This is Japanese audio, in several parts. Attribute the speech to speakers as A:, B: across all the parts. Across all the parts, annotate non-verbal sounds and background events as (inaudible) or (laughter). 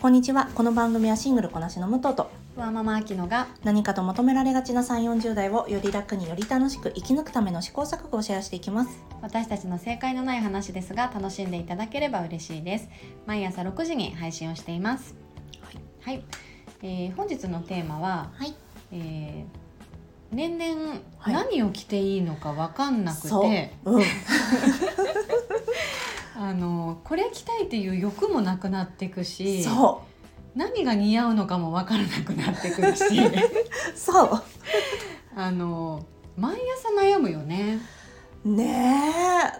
A: こんにちはこの番組はシングルこなしの武藤と
B: わママ秋野が
A: 何かと求められがちな3 4 0代をより楽により楽しく生き抜くための試行錯誤をシェアしていきます
B: 私たちの正解のない話ですが楽しんでいただければ嬉しいです毎朝6時に配信をしています
A: はい、
B: はいえー本日のテーマは、
A: はい
B: えー年々
A: はい
B: 何を着ていいのか分かんなくて、
A: うん
B: あのこれ着たいっていう欲もなくなっていくし
A: そ
B: 何が似合うのかも分からなくなって
A: (laughs)
B: くるし
A: うそ
B: あの毎朝悩むよね
A: うね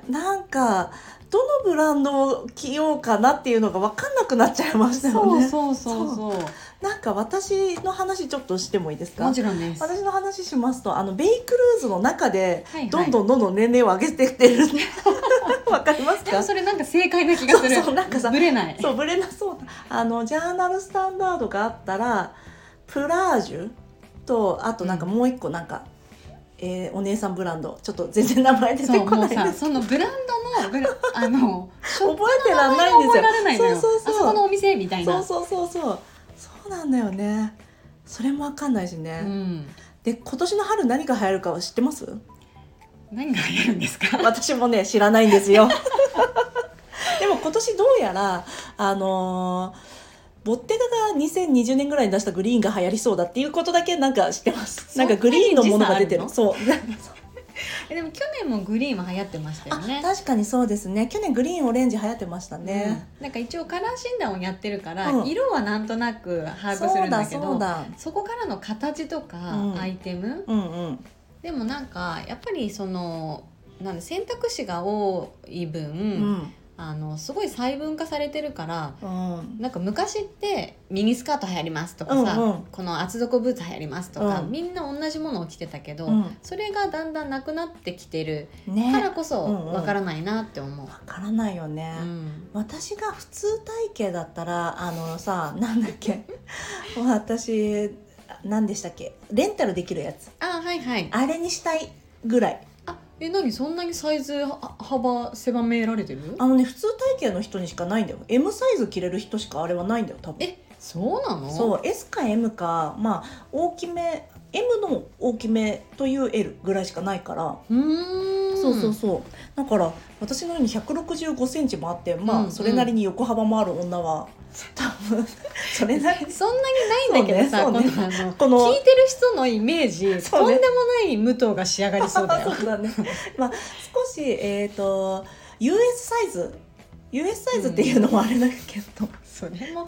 A: えなんかどのブランドを着ようかなっていうのが分かんなくなっちゃいましたよ
B: そう
A: ね
B: そうそうそう
A: なんか私の話ちょっとしてもいいですか
B: もちろんです
A: 私の話しますとあのベイクルーズの中で
B: はいはい
A: どんどんどんどん年齢を上げてき
B: (laughs)
A: てるわ、かります
B: でも
A: か
B: それなんか正解な気がする
A: そうそうなんかさ
B: ぶれない
A: (laughs) そうブレなそうあのジャーナルスタンダードがあったらプラージュとあとなんかもう一個なんか、えーお姉さんブランドちょっと全然名前出て
B: そう
A: こ
B: も
A: な
B: う
A: いで
B: さ
A: す
B: そのブランドのブラ
A: (laughs)
B: あの
A: 覚えてらんないんです
B: 覚
A: よ
B: えられないのよ
A: そうそうそう
B: あそこのお店みたいな
A: そうそうそうそうそうなんだよねそれもわかんないしね、
B: うん、
A: で今年の春何が流行るかは知ってます
B: 何が流行るんですか
A: (laughs) 私もね知らないんですよ (laughs) でも今年どうやらあのーボッテガが2020年ぐらいに出したグリーンが流行りそうだっていうことだけなんか知ってます
B: そ
A: なん
B: んな
A: か
B: に
A: グリーンのものが出てる
B: 時
A: そう
B: えでも去年もグリーンは流行ってましたよ
A: あ
B: ね
A: 確かにそうですね去年グリーンオレンジ流行ってましたね、
B: うんなんか一応カラー診断をやってるから、
A: うん
B: 色はなんとなく把握す
A: そ
B: る
A: うんだ
B: だけ
A: そう
B: ど
A: だ
B: そこからの形とか
A: うん
B: アイテム、
A: うんうん
B: でもなんかやっぱりそのなんだ選択肢が多い
A: う
B: 分、
A: ん
B: あのすごい細分化されてるから
A: うん
B: なんか昔ってミニスカート流行りますとかさ、
A: うんうん
B: この厚底ブーツ流行りますとか、
A: うん
B: みんな同じものを着てたけど、
A: うん
B: それがだんだんなくなってきてる
A: ね
B: からこそ
A: うんうん
B: わからないなって思う。
A: わからないよね、
B: うん
A: 私が普通体型だったらあのさなんだっけ (laughs) 私何でしたっけレンタルできるやつ
B: あはいはい。
A: あれにしたいぐらい
B: あえ何そんなにサイズは幅狭められてる
A: あのね普通体型の人にしかないんだよ M サイズ着れる人しかあれはないんだよ多分
B: えそうなの
A: そう S か M かまあ大きめ M の大きめという L ぐらいしかないから、
B: うーん
A: そうそうそうだから私のように1 6 5センチもあってまあ、
B: うんうん
A: それなりに横幅もある女は多分それなりに
B: そんなにないんだけどさ、
A: そうね
B: このあの
A: (laughs) この
B: 聞いてる人のイメージ、
A: そう
B: とん
A: ね
B: でもない武藤が仕上がりそうだよ。
A: (laughs) そうだ
B: (laughs)
A: ね。まあ少しえっ、と US サイズ US サイズっていうのもあれだけど、
B: それも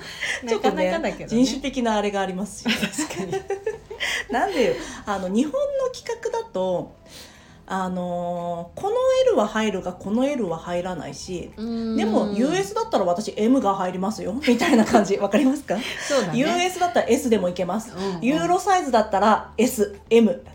A: ちょ
B: な
A: っと
B: か
A: ね
B: なかだけど
A: 人種
B: ね。
A: 的なあれがありますし
B: (laughs) 確かに。
A: (laughs) なんでよあの日本の企画だとあのーこの L は入るがこの L は入らないしで
B: で
A: も US だったら私 M が入りますよ (laughs) みたいな感じわかりますか、
B: そうだね
A: US だったら S でもいけます
B: うんうん
A: ユーロサイズだったら SM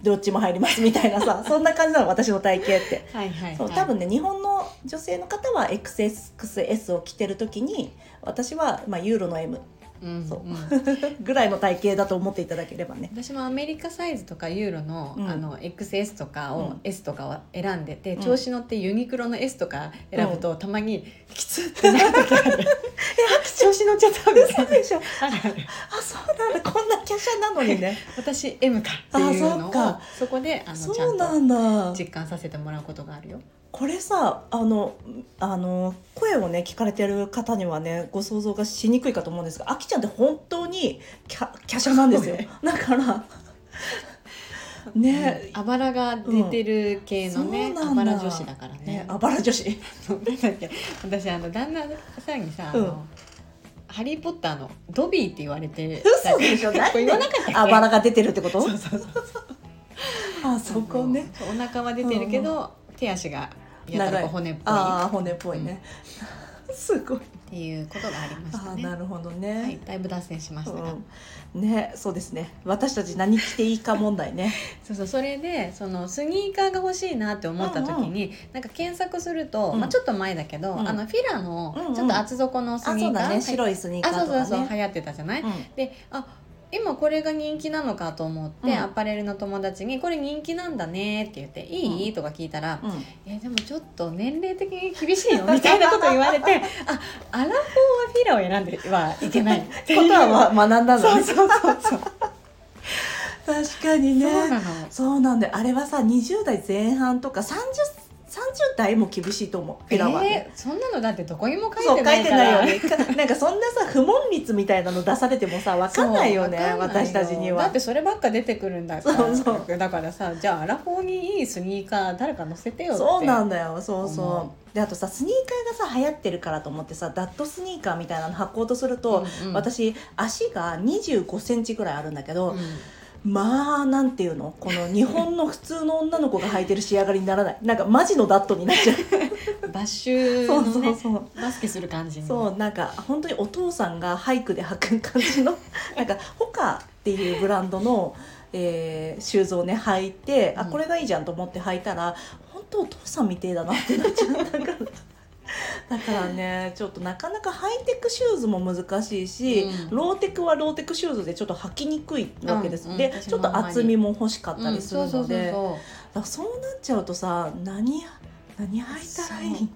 A: どっちも入りますみたいなさそんな感じなの私の体型って
B: はいはいはい
A: そう多分ね日本の女性の方は XXS を着てる時に私は、まあ、ユーロの M
B: うん
A: そう
B: うん
A: ぐらいの体型だと思っていただければね。
B: 私もアメリカサイズとかユーロの,、
A: うん
B: あの XS とか
A: う
B: を
A: ん
B: S とかを選んでて、
A: うん
B: 調子乗ってユニクロの S とか選ぶと、たまにきつってなる時
A: (laughs)
B: ある調子乗っちゃったみ
A: 嘘
B: たい
A: でしょ
B: なあるある
A: あそうなんだこんな華奢なのにね
B: 私 M かっていうのを
A: あそっか
B: そこで (laughs) あのちゃ
A: そうんな
B: と
A: んだ
B: 実感させてもらうことがあるよ。
A: これさあのあの声をね聞かれてる方にはねご想像がしにくいかと思うんですがあきちゃんって本当に華華奢なんですよ
B: そうね
A: だからね
B: (laughs) うんあばらが出てる系のね、
A: うんそう
B: あ
A: な
B: ば
A: んだ
B: ら女子だから
A: ね
B: ね。
A: あばら
B: (laughs)
A: 女子
B: そうなんだっけ私あの旦那さんにさ、あ
A: うん
B: のハリー・ポッターのドビーって言われて
A: 嘘でしょ
B: (laughs) これ言わなかったっけ
A: あばらが出てるってこと
B: そうそうそう
A: あそこね
B: そうお腹は出てるけど、手足がやたらこう骨っぽい
A: あ
B: っ
A: あ骨っぽいね、すごい
B: ていうことがありまし
A: あ
B: た
A: あ
B: ね
A: なるほどね、
B: はいだいぶ脱線しましたが、
A: うん、ねそうですね私たち何着ていいか問題ね
B: そうそうそれでそのスニーカーが欲しいなって思った時に、なんか検索すると、
A: うん
B: まあ、ちょっと前だけど、
A: うん
B: あのフィラの
A: うんうん
B: ちょっと厚底のス
A: あ
B: ニ
A: そう
B: ーカー、
A: だね白いスニーカ
B: あ
A: ー
B: そ
A: と
B: う
A: かね
B: そうそう流行ってたじゃない、
A: うん
B: であ今これが人気なのかと思って、
A: うん
B: アパレルの友達に「これ人気なんだね」って言って「いいとか聞いたら「
A: うん
B: えでもちょっと年齢的に厳しいよ」みたいなこと言わ
A: (laughs)
B: れて「あアラフォーはフィラを選んではいけない」っていう
A: ことはま学んだんだ
B: そう
A: ね
B: そうそうそう
A: (laughs) 確かに
B: そうな
A: ね
B: の
A: そうなんであれはさ20代前半とか 30, 30代も厳しいと思うフ
B: え
A: ィラはね、
B: ー、そんなのだってどこにも書
A: そ
B: い
A: 書い
B: うてない
A: て
B: か
A: ないよ
B: ら
A: ねかなんかそんなさ不問率みたいなの出されてもさ分かんないよね
B: そうわかんないよ
A: 私たちに
B: だっ
A: は
B: てそればっか出てくるんだから
A: そうそ
B: だからさじゃあアラフォーにいいスニーカー誰か乗せてよって
A: そうなんんだよそう
B: 思
A: そうであとさスニーカーがさ流行ってるからと思ってさダットスニーカーみたいなの履こうとすると、
B: うんうん
A: 私足が2 5センチぐらいあるんだけど、
B: うん
A: まあなんていうのこの日本の普通の女の子が履いてる仕上がりにならないなんかマジのダットになっちゃう
B: バッシュ
A: そ
B: の
A: う
B: ね
A: そうそう
B: バスケする感じに
A: そうなんか本当にお父さんがハイクで履く感じ
B: (laughs)
A: のなんかホカっていうブランドの、えーシューズをね履いて、あ
B: うん
A: これがいいじゃんと思って履いたら本当お父さんみてえだなってなっちゃうだから (laughs) だからねちょっとなかなかハイテクシューズも難しいし、
B: うん
A: ローテクはローテクシューズでちょっと履きにくいわけです、
B: うんうん
A: で
B: 私
A: ち
B: も
A: ょっと厚みも欲しかった
B: うん
A: りする
B: そう
A: の
B: そうそう
A: で
B: そう
A: だからそうなっちゃうとさ何何履いたらいい
B: そう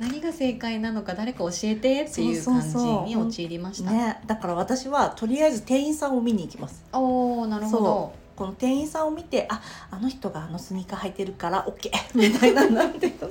B: 何が正解なのか誰か教えてっていう
A: そう
B: 感
A: そう
B: じ
A: そう
B: に陥りました
A: ね、だから私はとりあえず店員さんを見に行きます
B: おおなるほど
A: そこの店員さんを見てああの人があのスニーカー履い (laughs) てるから OK みたいななんていうの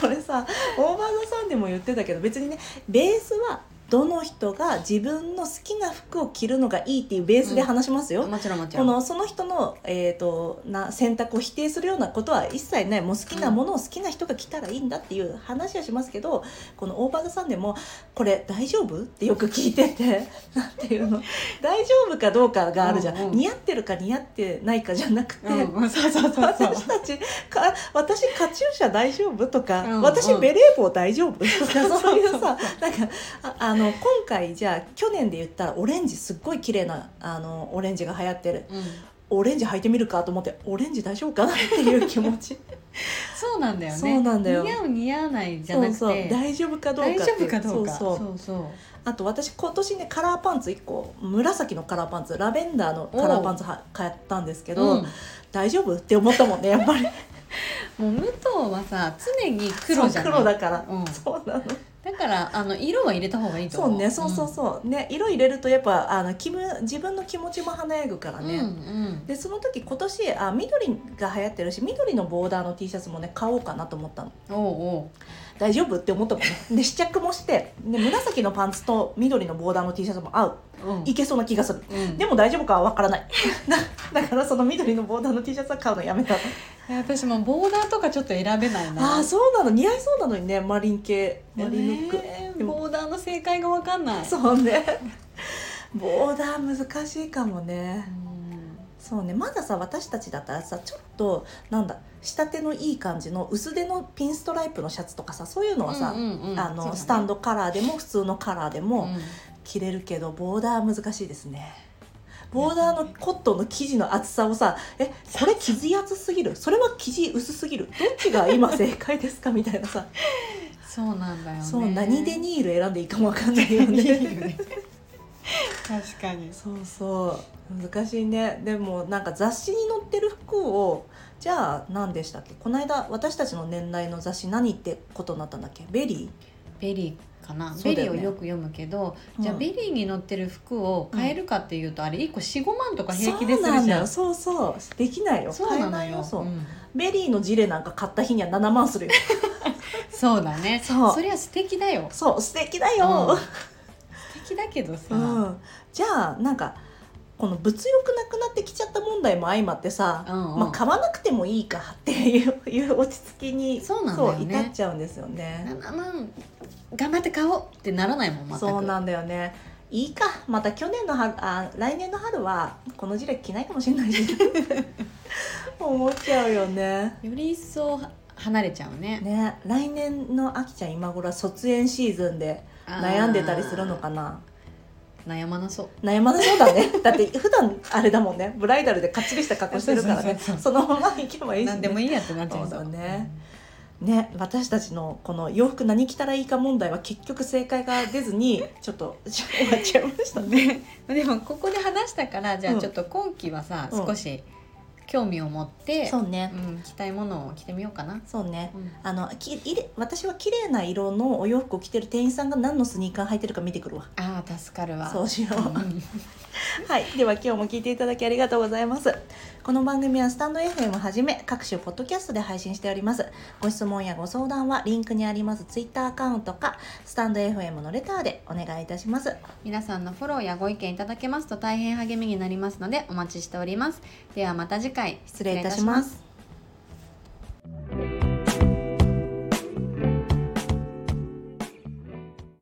A: これさオーバーザさんでも言ってたけど別にねベースはどの人が自分の好きな服を着るのがいいっていうベースで話しますよ、
B: もちろんもちろ
A: こ
B: ん
A: のその人の、えー、とな選択を否定するようなことは一切ないもう好きなものを好きな人が着たらいいんだっていう話はしますけど、このオーバーザさんでも「これ大丈夫?」ってよく聞いてて (laughs) なんていうの大丈夫かどうかがあるじゃん、
B: うんうん
A: 似合ってるか似合ってないかじゃなくて。
B: うん、 (laughs) そうそうそう
A: (laughs)
B: そう
A: 私たちか私カチューシャ大丈夫とか、
B: うんうん
A: 私ベレー帽大丈夫とかそういうさなんかああの今回じゃあ去年で言ったらオレンジすっごい綺麗なあのオレンジが流行ってる
B: うん、
A: オレンジ履いてみるかと思ってオレンジ大丈夫かなっていう気持ち
B: そうなんだよね
A: そうなんだよ
B: 似合う似合わない (laughs) じゃ
A: そ
B: な
A: う
B: く
A: そう
B: て
A: 大丈夫かどうかっ
B: 大
A: て
B: 丈夫かどうか
A: そうそう
B: そうそう
A: あと私今年ねカラーパンツ1個紫のカラーパンツラベンダーのカラーパンツは買ったんですけど、
B: うん
A: 大丈夫って思ったもんねやっぱり
B: もう武藤はさ常に (laughs) 黒じゃない
A: そう黒だから、
B: うん
A: そうなの
B: だからあの色は入れた方がいいと
A: そう
B: 思う
A: ねそうそうそう、ね色入れるとやっぱあの気分自分の気持ちも華やぐから
B: うん
A: ね、
B: うんうん
A: でその時今年あ緑が流行ってるし緑のボーダーの T シャツもね買おうかなと思ったの
B: おうおう
A: 大丈夫って思ったもんねで試着もしてで紫のパンツと緑のボーダーの T シャツも合う
B: うん
A: いけそうな気がする
B: うん
A: でも大丈夫かはわからない (laughs) だだからその緑のボーダーの T シャツは買うのやめたの
B: いや私もボーダーとかちょっと選べないな
A: ああそうなの似合いそうなのにねマリン系マリンルック、
B: ね
A: でも
B: ボーダーの正解がわかんない
A: そうねボーダー難しいかもね
B: うん
A: そうねまださ私たちだったらさちょっとなんだ仕立てのいい感じの薄手のピンストライプのシャツとかさそういうのはさ、
B: うんうんうん
A: あ
B: そうだ
A: の
B: ね
A: スタンドカラーでも普通のカラーでも、
B: うん
A: 着れるけどボーダー難しいですねボーダーのコットンの生地の厚さをさえこれ生地厚すぎるそれは生地薄すぎるどっちが今正解ですかみたいなさ
B: (laughs) そうなんだよね
A: そう何デニール選んでいいかもわかんないよ
B: デニ
A: ね
B: (laughs) ールね確かに
A: そうそう難しいねでもなんか雑誌に載ってる服をじゃあ何でしたっけこの間私たちの年代の雑誌何ってことになったんだっけベリ
B: ベリーかな、
A: そう
B: ベ
A: だ
B: リ
A: よ
B: ーを
A: ね
B: よく読むけど、じゃあ
A: うん
B: ベリーに乗ってる服を買えるかっていうと、あれ1個45万とか
A: ー
B: 平気です
A: そうな
B: る
A: ん
B: じ
A: だ
B: ゃ
A: よ
B: ん
A: そうそうできないよ
B: そうな
A: 買
B: の
A: えない
B: よ
A: そう、
B: うん
A: ベリーのジレなんか買った日には7万するよ
B: そうだね
A: そう
B: (laughs) そりゃ素敵だよ
A: そう素敵だよ、
B: 素敵だけどさ、
A: うんじゃあなんかこの物欲なくなってきちゃった問題も相まってさ、
B: うんうん
A: まあ、買わなくてもいいかっていういう落ち着きに
B: そうなんだよね
A: そう至っちゃうんですよね。
B: 7万頑張って買おうってならないもん全く
A: そうなんだよねいいかまた去年の春あ来年の春はこのジレ着ないかもしれないし (laughs) 思っちゃうよね。
B: より一層は離れちゃうね
A: ね来年のあきちゃん今頃は卒園シーズンで悩んでたりするのかな。
B: あー悩まなそう
A: 悩まなそうだね (laughs) だって普段あれだもんねブライダルでかっちりした格好してるからね
B: そうそうそうそ
A: その
B: う
A: まま行けばいいし、ね、
B: 何でもいいやってなっちゃい
A: そうだねね、私たちのこの洋服何着たらいいか問題は結局正解が出ず
B: (laughs)
A: にちょっと終わっちゃいましたね。
B: ね、でもここで話したからじゃ
A: う
B: あ
A: ん
B: ちょっと今期はさ、
A: うん
B: 少し興味を持って、
A: そうね、
B: うん、着たいものを着てみようかな。
A: そうね
B: うん
A: あのきいれ私は綺麗な色のお洋服を着てる店員さんが何のスニーカー履いてるか見てくるわ。
B: ああ助かるわ。
A: そうしよう、
B: ん
A: (laughs) はい、では今日も聞いていただきありがとうございます。この番組はスタンド FM はじめ各種ポッドキャストで配信しております。ご質問やご相談はリンクにありますツイッターアカウントかスタンド FM のレターでお願いいたします。
B: 皆さんのフォローやご意見いただけますと大変励みになりますのでお待ちしております。ではまた次回
A: 失礼いたします。